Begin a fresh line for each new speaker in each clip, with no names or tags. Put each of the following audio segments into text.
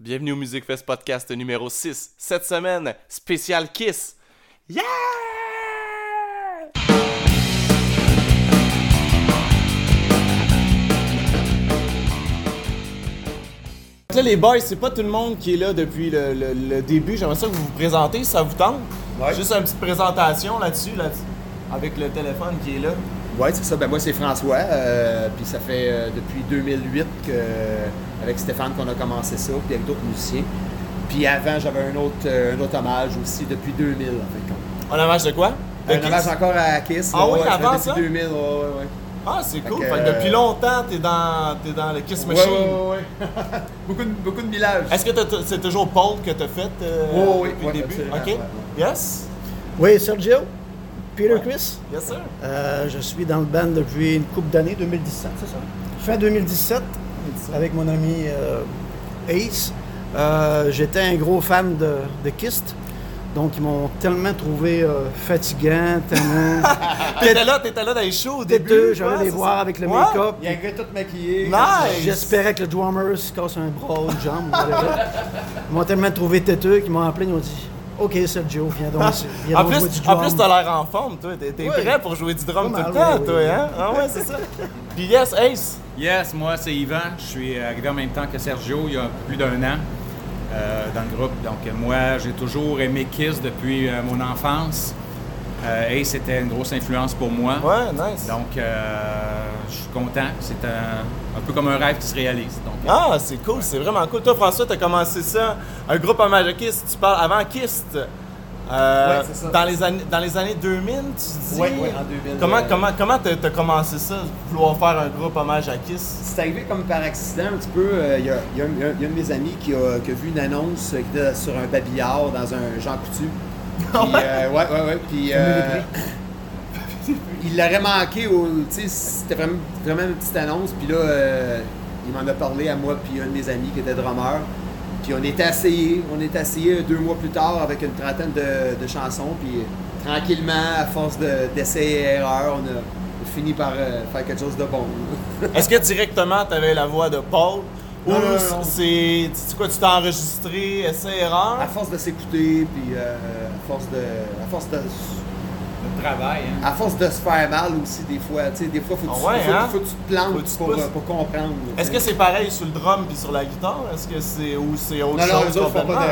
Bienvenue au Music Fest Podcast numéro 6. Cette semaine, spécial Kiss. Yeah! Là, les boys, c'est pas tout le monde qui est là depuis le, le- le début. J'aimerais ça que vous vous présentez, si ça vous tente.
Ouais.
Juste une petite présentation là-dessus, là avec le téléphone qui est là.
Ouais, c'est ça. Ben moi, c'est François. euh, puis ça fait euh, depuis 2008 que, euh, avec Stéphane qu'on a commencé ça, puis avec d'autres musiciens. Puis avant, j'avais un autre, euh, un autre hommage aussi depuis 2000, en fait.
On a match de quoi? De
un
Kiss?
hommage encore à Kiss.
Ah
là,
oui,
ouais,
avant
depuis
ça?
2000, ouais, ouais, ouais.
Ah, c'est cool.
que- euh,
Fait que depuis longtemps, t'es dans, t'es dans le Kiss
Ouais,
Machine.
ouais, ouais, ouais. beaucoup, de, beaucoup de millages.
Est-ce que t'as t- c'est toujours Paul que t'as fait euh,
Ouais, ouais,
depuis
ouais,
le début?
absolument,
Ok.
ouais, ouais.
Yes?
Oui, Sergio, Peter Chris.
Yes, sir.
Euh, je suis dans le band depuis une couple d'années, 2017, c'est ça? Fin 2017, avec mon ami euh, Ace. Euh, J'étais un gros fan de, de Kist. Donc, ils m'ont tellement trouvé euh, fatigant, tellement
T'étais là, t'étais là dans les shows au début.
têteux.
ouais,
J'allais les
c'est
voir
ça.
avec le
Ouais.
make-up.
Il y a un gars tout maquillé.
Nice!
J'espérais que le drummer se casse un bras ou une jambe. whatever. Ils m'ont tellement trouvé têteux qu'ils m'ont appelé et ils m'ont dit OK, Sergio, viens donc ici. Viens
Ah, En
donc
plus,
jouer du
en
drum.
plus, t'as l'air en forme, toi. T'es t'es
Ouais.
prêt pour jouer du drum
Pas
tout le temps,
mal, ouais,
toi,
ouais.
hein? Ah ouais, c'est ça. Puis yes, Ace.
Yes, moi c'est Yvan. Je suis euh, arrivé en même temps que Sergio il y a plus d'un an euh, dans le groupe. Donc euh, moi j'ai toujours aimé Kiss depuis euh, mon enfance. Euh, Ace était une grosse influence pour moi.
Ouais, nice.
Donc euh, je suis content. C'est un, un peu comme un rêve qui se réalise. Donc, euh,
Ah, c'est cool, c'est vraiment cool. Toi, François, t'as commencé ça, un groupe hommage à Kiss, tu parles avant Kiss. euh,
Ouais, c'est ça.
dans, les années, dans les années 2000, tu dis
Ouais, ouais, en 2000,
Comment
euh,
comment comment t'as t'as commencé ça, vouloir faire un groupe hommage à Kiss
C'est arrivé comme par accident un petit peu. Euh, Il y, a, il y a un- il y a un- il y a un de mes amis qui a, qui a vu une annonce qui était sur un babillard dans un Jean Coutu. Puis, euh, ouais, ouais, ouais. Puis, euh, il l'aurait manqué. au- tu sais, C'était vraiment, vraiment une petite annonce. Puis là, euh, il m'en a parlé à moi puis un de mes amis qui était drummer. Puis on était essayé, on était essayé deux mois plus tard avec une trentaine de, de chansons. Puis tranquillement, à force de- d'essais et erreurs, on a fini par euh, faire quelque chose de bon.
Est-ce que directement t'avais la voix de Paul Ou
Non, non, non, non.
c'est tu sais quoi, tu t'es enregistré, essai erreur
À force de s'écouter, puis euh, à force de. À force de.
le travail. hein.
À force de se faire mal aussi des fois. Tu sais, des fois, faut que tu,
Ah ouais,
faut,
hein?
faut que tu te
Faut
plantes
que tu te
pour,
pousses.
euh, pour comprendre.
Est-ce que c'est pareil sur le drum puis sur la guitare Est-ce que c'est ou c'est autre
Non,
chose
non, eux autres font
complètement?
pas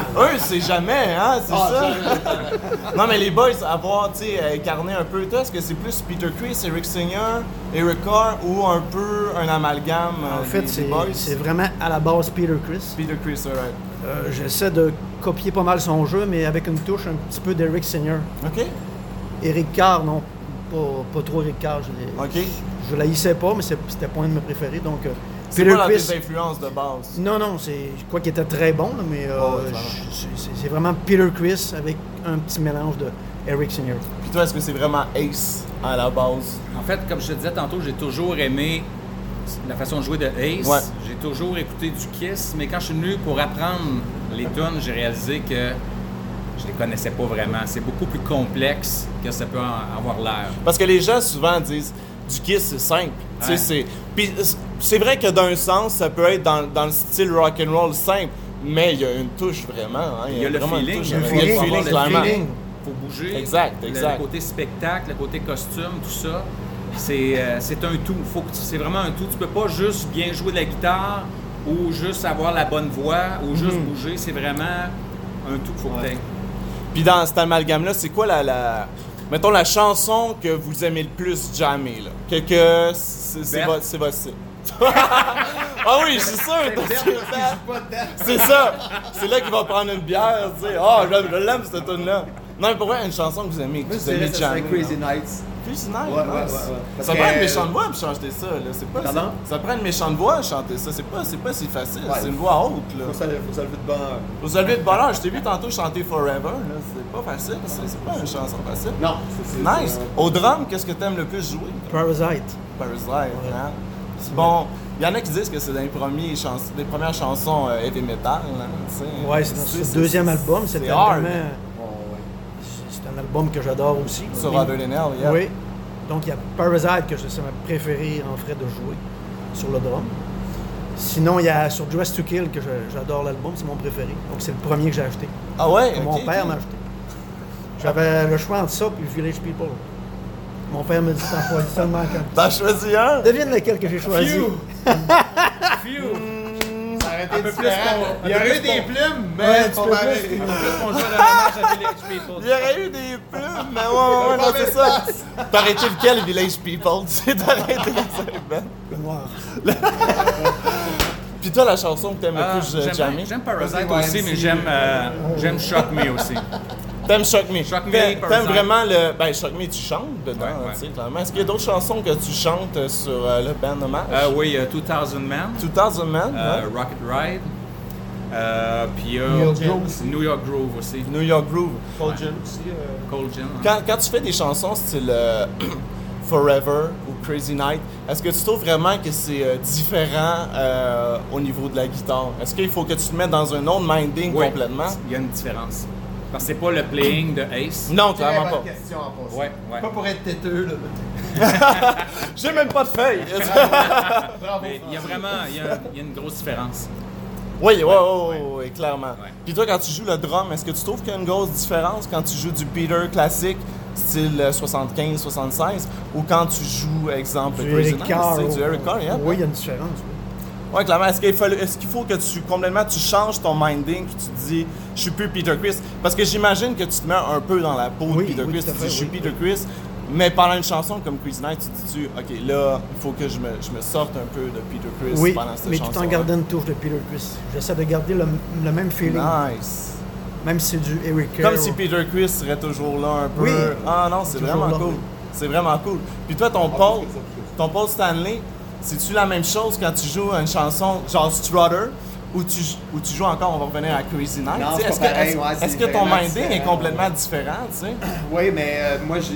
d'erreur.
Eux, c'est jamais, hein, c'est
Ah,
ça. non, mais les boys, avoir, tu sais, incarné un peu, toi, est-ce que c'est plus Peter Chris, Eric Singer, Eric Carr ou un peu un amalgame euh,
En fait,
des-
c'est
des boys?
c'est vraiment à la base Peter Chris.
Peter Chris, alright.
Euh, J'essaie de copier pas mal son jeu, mais avec une touche un petit peu d'Eric Senior.
OK?
Eric Carr, non, pas, pas trop Eric Carr. Je, l'ai-
OK.
je la haïssais pas, mais c'est- c'était pas un de mes préférés. Donc, euh,
C'est
Peter
pas dans tes
Chris.
influences de base.
Non, non, c'est quoi qu'il était très bon, là, mais euh,
Ah ouais, ça va.
je- c'est- c'est- c'est vraiment Peter Chris avec un petit mélange de Eric Senior.
Puis toi, est-ce que c'est vraiment Ace à la base?
En fait, comme je te disais tantôt, j'ai toujours aimé la façon de jouer de Ace.
Ouais.
J'ai toujours écouté du Kiss, mais quand je suis venu pour apprendre les tunes, j'ai réalisé que je les connaissais pas vraiment. C'est beaucoup plus complexe que ça peut en- avoir l'air.
Parce que les gens souvent disent du Kiss c'est simple. Tu sais,
Ouais.
c'est- Puis c'est- c'est vrai que d'un sens ça peut être dans, dans le style rock and roll simple, mais il y a une touche vraiment. hein,
Il y a le
vraiment une
feeling,
touche.
il y a
Il y a le
feeling,
feeling
le
clairement.
feeling.
faut bouger.
Exact,
Le-
exact.
Le, côté spectacle, le côté costume, tout ça, c'est euh, c'est un tout. Faut que tu- c'est vraiment un tout. Tu peux pas juste bien jouer de la guitare ou juste avoir la bonne voix ou
Hmm.
juste bouger. C'est vraiment un tout qu'il faut que t'aies.
Puis dans cet amalgame-là, c'est quoi la, la- Mettons la chanson que vous aimez le plus jamais, là. Que, que c'est c'est
Bert.
votre c'est votre style. ah oui, je suis sûr! t'as- C'est ça! C'est là qu'il va prendre une bière, tu sais. Ah, je je l'aime cette tune là Non, mais pour vrai, une chanson que vous aimez, que vous aimez jamais.
Crazy
là.
Nights.
Crazy Night,
Ouais, ouais,
nice.
ouais, ouais. Parce
Ça prend une
que-
méchante voix pour chanter ça, là. C'est pas,
Pardon?
c'est- ça prend une méchante voix chanter ça. C'est pas, c'est pas si facile.
Ouais.
C'est une voix haute, là.
Faut se lever- faut se lever de bonne heure.
Vous avez de bonheur, je t'ai vu tantôt chanter Forever, là. C'est pas facile, c'est c'est pas une chanson facile.
Non, c'est- c'est-
Nice!
c'est-
Au drum, qu'est-ce que t'aimes le plus jouer?
Parasite.
Parasite, hein? C'est bon. Il y en a qui disent que c'est dans les, premiers chans- des premières chansons euh, heavy metal, hein, tu sais.
Ouais, c'est dans
Tu sais,
son deuxième album. C'était
C'est hard.
vraiment. C'est un album que j'adore aussi.
Sur
Mais-
Other Than Hell, yeah.
Oui. Donc, il y a Parasite, que je- c'est ma préférée en frais de jouer sur le drum. Sinon, il y a sur Dress to Kill, que je- j'adore l'album, c'est mon préféré. Donc, c'est le premier que j'ai acheté.
Ah ouais?
Que
ok,
mon
ok.
père m'a acheté. J'avais le choix entre ça et Village People. Mon père me dit t'en choisis seulement quand.
T'as choisi un?
Devine lequel que j'ai choisi.
Oh,
Arrêtez de
peu
se
plus
faire.
pour-
Il y aurait des plumes,
Ouais,
mais
tu
on
peux
va
plus.
arrêter.
On joue à la hommage à Village People.
Il y aurait eu des plumes, mais ouais, ouais, ouais, non, c'est ça. T'aurais été lequel, Village People? Tu sais, t'aurais été dans un band.
Le noir.
Pis toi, la chanson que t'aimes
Ah,
le plus euh,
j'aime-
jammer?
J'aime Parasite
Ouais,
aussi,
c'est-
mais j'aime euh, j'aime Shock Me aussi.
T'aimes Shock Me.
Shock Me,
T'a- T'aimes
Parasite.
vraiment le. Ben, Shock Me, tu chantes dedans,
Ouais, ouais.
tu sais, clairement. Est-ce qu'il y a d'autres chansons que tu chantes euh, sur euh, le band hommage?
Euh, oui, euh, 2000 Man,
Tout dans un man,
euh,
ouais.
Rocket Ride, euh, puis euh,
New York Groove aussi.
New York Groove aussi,
New York Groove.
Paul Jim aussi. euh,
Cold Gin. hein.
Quand, quand tu fais des chansons style euh, Forever ou Crazy Night, est-ce que tu trouves vraiment que c'est euh, différent euh, au niveau de la guitare? Est-ce qu'il faut que tu te mettes dans un autre minding
Oui,
complètement?
Il y a une différence. Parce que c'est pas le playing de Ace.
Non,
Très
clairement
bonne
pas.
question en passant.
Ouais, ouais.
Pas pour être têteux, là.
J'ai même pas de feuille.
Bravo.
Mais il y a
Francis.
vraiment il y a, il y a une grosse différence.
oui, oui, oui, oui, clairement.
Ouais.
Puis toi, quand tu joues le drum, est-ce que tu trouves qu'il y a une grosse différence quand tu joues du beater classique, style euh, 75-76, ou quand tu joues, exemple,
Du
Crazy
Eric
Night,
Carr,
c'est du
oh.
Eric Carr, hein? yeah?
Oui, il y a une différence. oui.
Ouais, clairement. Est-ce qu'il faut, est-ce qu'il faut que tu complètement tu changes ton minding, que tu te dis je suis plus Peter Chris parce que j'imagine que tu te mets un peu dans la peau
Oui,
de Peter
oui,
Chris,
tout à
tu
fait,
dis je suis
oui,
Peter Chris, mais pendant une chanson comme Crazy Night, tu te dis OK, là, il faut que je me, je me sorte un peu de Peter Chris
Oui,
pendant cette
mais
chanson.
tout en gardant une touche de Peter Chris. J'essaie de garder le, le même feeling,
Nice.
même si c'est du Eric Carr.
Ah. Comme si Peter Chris serait toujours là un peu.
Oui.
Ah non, c'est
Toujours
vraiment
là,
cool.
oui.
C'est vraiment cool. Puis toi,
Ah,
ton Paul, ton Paul Stanley, c'est-tu la même chose quand tu joues une chanson genre Strutter ou tu, ou tu joues encore, on va revenir à Crazy Night?
Non,
tu sais,
c'est
est-ce que,
pas pareil,
est-ce-
ouais, c'est
est-ce que ton
vraiment
minding est
différent,
complètement différent, tu sais?
Oui, mais euh, moi, j'ai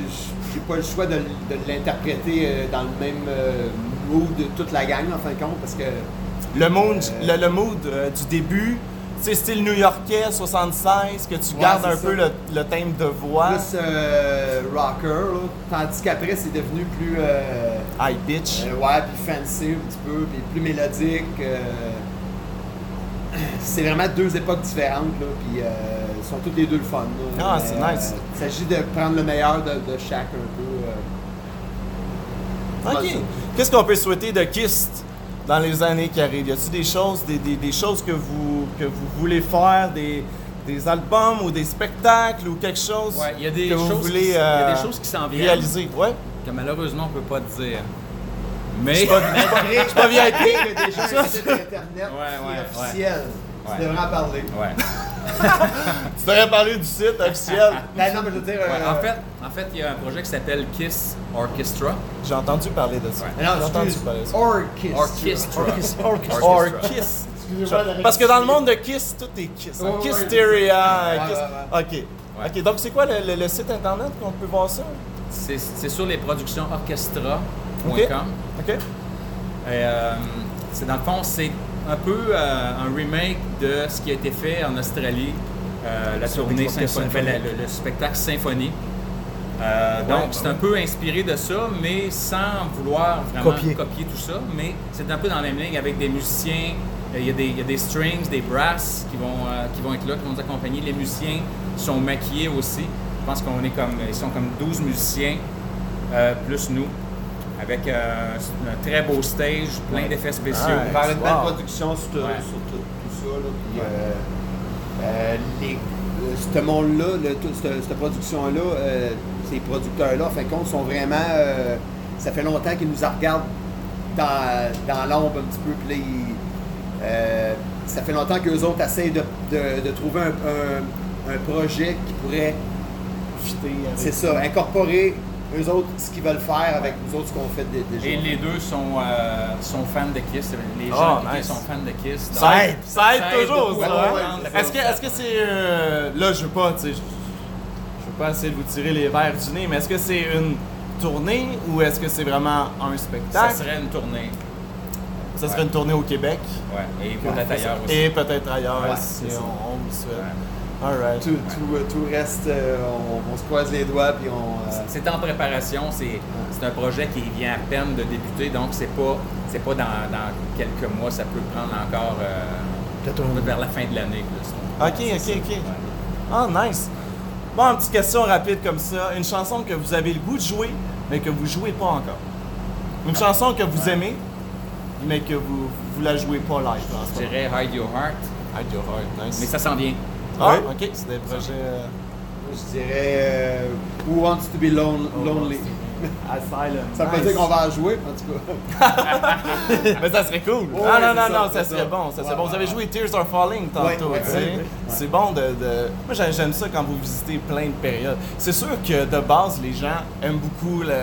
j'ai pas le choix de, l- de l'interpréter euh, dans le même euh, mood de toute la gang, en fin de compte, parce que.
Le mood,
Euh,
le, le mood euh, du début, tu sais, style new-yorkais, 76, que tu
Ouais,
gardes
c'est
un
ça.
peu le, le thème de voix.
Plus euh, rocker, là. tandis qu'après, c'est devenu plus. euh,
Hi, bitch.
Euh, ouais, puis fancy un petit peu, puis plus mélodique. euh, C'est vraiment deux époques différentes, là, puis euh, ils sont toutes les deux le fun. là.
Ah,
Mais,
c'est
euh,
nice.
Il s'agit de prendre le meilleur de, de chaque un peu. euh.
OK. Qu'est-ce qu'on peut souhaiter de Kist dans les années qui arrivent? Y a-t-il des choses, des, des- des choses que vous, que vous voulez faire, des, des albums ou des spectacles ou quelque chose
Ouais, il y a des
que vous
choses qui
voulez
s- il y a des
euh,
choses qui s'en viennent.
réaliser? Ouais.
que malheureusement on peut pas te dire. Mais
Malgré
Pas bien été?
que déjà un site internet
Ouais, ouais,
officiel,
ouais.
tu devrais en parler.
ouais.
Tu t'aurais parlé du site officiel.
Ben, non, mais je veux dire.
Ouais,
euh,
en fait, en fait, il y a un projet qui s'appelle Kiss Orchestra.
J'ai entendu parler de ça.
non,
J'ai entendu
excuse,
parler de ça.
Orchestra.
Orchestra.
Orchestra. Orchestra.
Or
Orchestra.
Kiss.
Excusez-moi, la
Parce que dans le monde de Kiss, tout est Kiss. hein.
Ouais, ouais,
Kiss
ouais.
Theoria,
Ouais,
Kiss- OK.
Ouais.
OK. Donc, c'est quoi le, le- le site internet qu'on peut voir ça?
C'est c'est sur les productions orchestra.com.
OK. OK.
Et, euh, c'est dans le fond, c'est un peu euh, un remake de ce qui a été fait en Australie, euh, la tournée symphonie, ben, la- le, le spectacle symphonie. Euh, donc, c'est un peu inspiré de ça, mais sans vouloir vraiment
Copier.
copier, tout ça. Mais c'est un peu dans la même ligne avec des musiciens. Euh, Il y, a des- il y a des strings, des brasses qui vont, euh, qui vont être là, qui vont nous accompagner. Les musiciens sont maquillés aussi. Je pense qu'on est comme, ils sont comme 12 musiciens, euh, plus nous, avec euh, un très beau stage, plein d'effets spéciaux.
Ouais.
Par une belle
Wow.
production sur,
Ouais.
sur tout, tout ça. Là, puis, euh, euh, les- euh, ce monde-là, le- tout- cette, cette production-là, euh, ces producteurs-là, en fin de compte, sont vraiment. euh, ça fait longtemps qu'ils nous en regardent dans, dans l'ombre un petit peu. Puis là, ils- euh, ça fait longtemps qu'eux autres essayent de, de- de trouver un, un- un projet qui pourrait c'est ça, incorporer eux autres ce qu'ils veulent faire avec nous autres ce qu'on fait dé- déjà.
Et les deux sont, euh, sont fans de Kiss. Les
Oh,
gens qui
nice.
sont fans de Kiss. Donc,
Ça aide, ça aide
ça aide
toujours,
beaucoup
ça.
à
hein?
comprendre la
Est-ce que, est-ce que c'est. euh, là, je veux pas, tu sais, je, je veux pas essayer de vous tirer les verres du nez, mais est-ce que c'est une tournée ou est-ce que c'est vraiment un
ça
spectacle?
serait une tournée.
Ça serait
ouais.
une tournée au Québec
Ouais. Et pour la tailleur aussi.
et peut-être ailleurs
Ouais,
si
c'est ça.
on, on le souhaite.
Ouais.
Alright.
Tout, tout, euh, tout reste, euh, on, on se croise les doigts puis on. euh,
C'est en préparation, c'est c'est un projet qui vient à peine de débuter, donc c'est pas c'est pas dans, dans quelques mois, ça peut prendre encore euh,
Peut-être un-
vers la fin de l'année. là, ça.
Ok,
C'est
ok,
ça.
ok.
Ouais.
Ah, nice. Bon, une petite question rapide comme ça. Une chanson que vous avez le goût de jouer, mais que vous jouez pas encore. Une chanson que vous aimez, mais que vous, vous la jouez pas live. en ce
Je
moment.
dirais Hide Your Heart,
Hide your heart, nice.
mais ça s'en vient.
Ah,
Ouais.
ok, c'est des projets. euh,
Je dirais euh, Who Wants to be lon-
Oh,
Lonely. Ça veut pas dire qu'on va en jouer, en tout cas.
Mais ça serait cool.
Ouais,
ah non, non,
c'est ça,
non,
c'est
ça
ça.
serait bon. Ça serait
Ouais,
bon. Vous avez
ouais,
joué Tears Are Falling tantôt,
Ouais, ouais,
tu sais.
ouais, ouais.
C'est bon de, de- Moi, j'a- j'aime ça quand vous visitez plein de périodes. C'est sûr que de base, les gens aiment beaucoup le.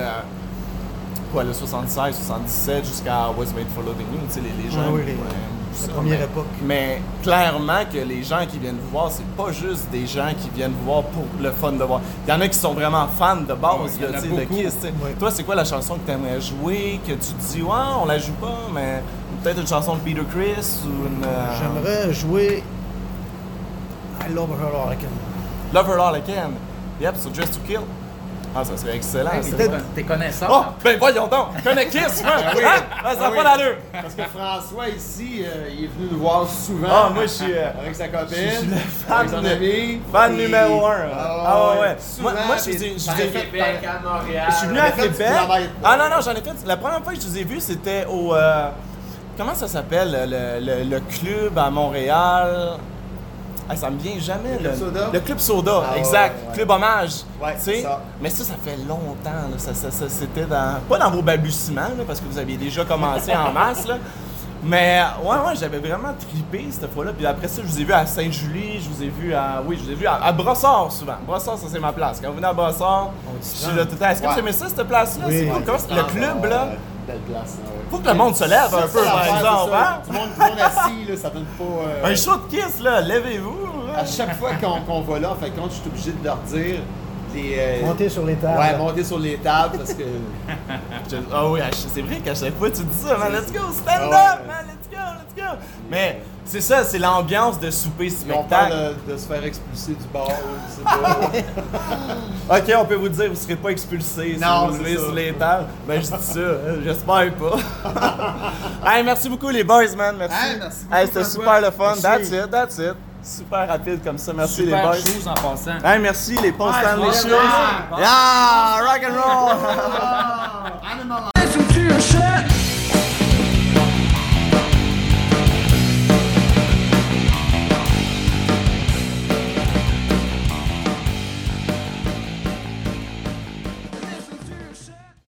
Quoi, le 76, 77 jusqu'à What's Made for Loving You. Tu sais, les, les gens.
Ouais, oui,
aiment
les-
beaucoup, aiment beaucoup
la
ça,
première
mais-
époque.
Mais clairement que les gens qui viennent vous voir, c'est pas juste des gens qui viennent vous voir pour le fun de voir. Il y en a qui sont vraiment fans de base,
Ouais, il y en
là,
a
tu sais, de
beaucoup.
Kiss, tu sais.
Ouais.
Toi, c'est quoi la chanson que t'aimerais jouer, que tu te dis, ouais, on la joue pas, mais peut-être une chanson de Peter Chris ou une. euh,
J'aimerais jouer I Love Her Hurricane.
Love Her All Again. Yep, so Just to Kill. Ah, ça serait excellent.
Hey,
ça.
t'es- T'es connaisseur.
Oh,
hein?
ben voyons donc, connais Kiss, man! Hein? Ah, ça
Ah
n'a
oui.
pas d'allure!
Parce que François, ici, euh, il est venu nous voir souvent.
Ah, moi, je suis, euh,
Avec sa copine.
je suis le fan
avec son
de-
ami.
Fan
Puis-
numéro un. hein.
Ah, ouais, ouais.
Moi- moi, je
Souvent,
suis- je
t'en
suis-
as fait-
Québec,
t'en-
à Montréal.
Je suis venu
on
à
a fait du
Québec.
travail.
Ah non, non, j'en ai fait. La première fois que je vous ai vu, c'était au. euh, comment ça s'appelle le, le- le club à Montréal Ah, Ça me vient jamais.
Le Club Soda?
Le club Soda,
Ah,
exact.
ouais, ouais.
Club Hommage.
Ouais,
tu sais.
c'est ça.
Mais ça, ça fait longtemps. là. Ça, ça- ça- c'était dans. Pas dans vos balbutiements, là, parce que vous aviez déjà commencé en masse. là. Mais ouais, ouais, j'avais vraiment trippé cette fois-là. Puis après ça, je vous ai vu à Saint-Julie, je vous ai vu à. Oui, je vous ai vu à, à Brossard souvent. Brossard, ça c'est ma place. Quand vous venez à Brossard, je suis là tout le temps. Est-ce que
Ouais.
vous aimez ça, cette place-là?
Oui.
C'est cool.
Ouais,
Comment-
Ah,
le club,
ouais,
là.
ouais, Belle place, là, ouais.
Faut que le monde se lève un
C'est
peu,
ça,
par
l'affaire,
exemple.
c'est ça.
hein?
Tout le monde, tout le monde assis, là, ça donne pas. euh,
Un show de kiss, là. Levez-vous. là.
À chaque fois qu'on qu'on va là, en fait, quand je suis obligé de leur dire. Les, euh,
Monter sur les tables.
Ouais, monter sur les tables parce que.
Je- Ah oui, à ch- c'est vrai qu'à chaque fois tu dis ça, man, let's go, stand
Ah
up,
ouais.
man, let's go, let's go. Mais c'est ça, c'est l'ambiance de souper
Ils ont peur
spectacle.
de, de se faire expulser du bar. je sais pas.
Ok, on peut vous dire, vous serez pas expulsé si
Non,
vous
c'est
levez
ça.
sur les tables. Ben je dis ça, hein, j'espère pas. hey, merci beaucoup les boys, man, merci.
Hey, merci beaucoup,
Hey, c'était
François.
super le fun,
Merci.
that's it, that's it. Super rapide comme ça, merci les
Super
boys.
chose en passant.
Hey, merci les ponts Stanley
ouais,
Shoes.
ouais.
Yeah, rock and roll.
Listen to your shit.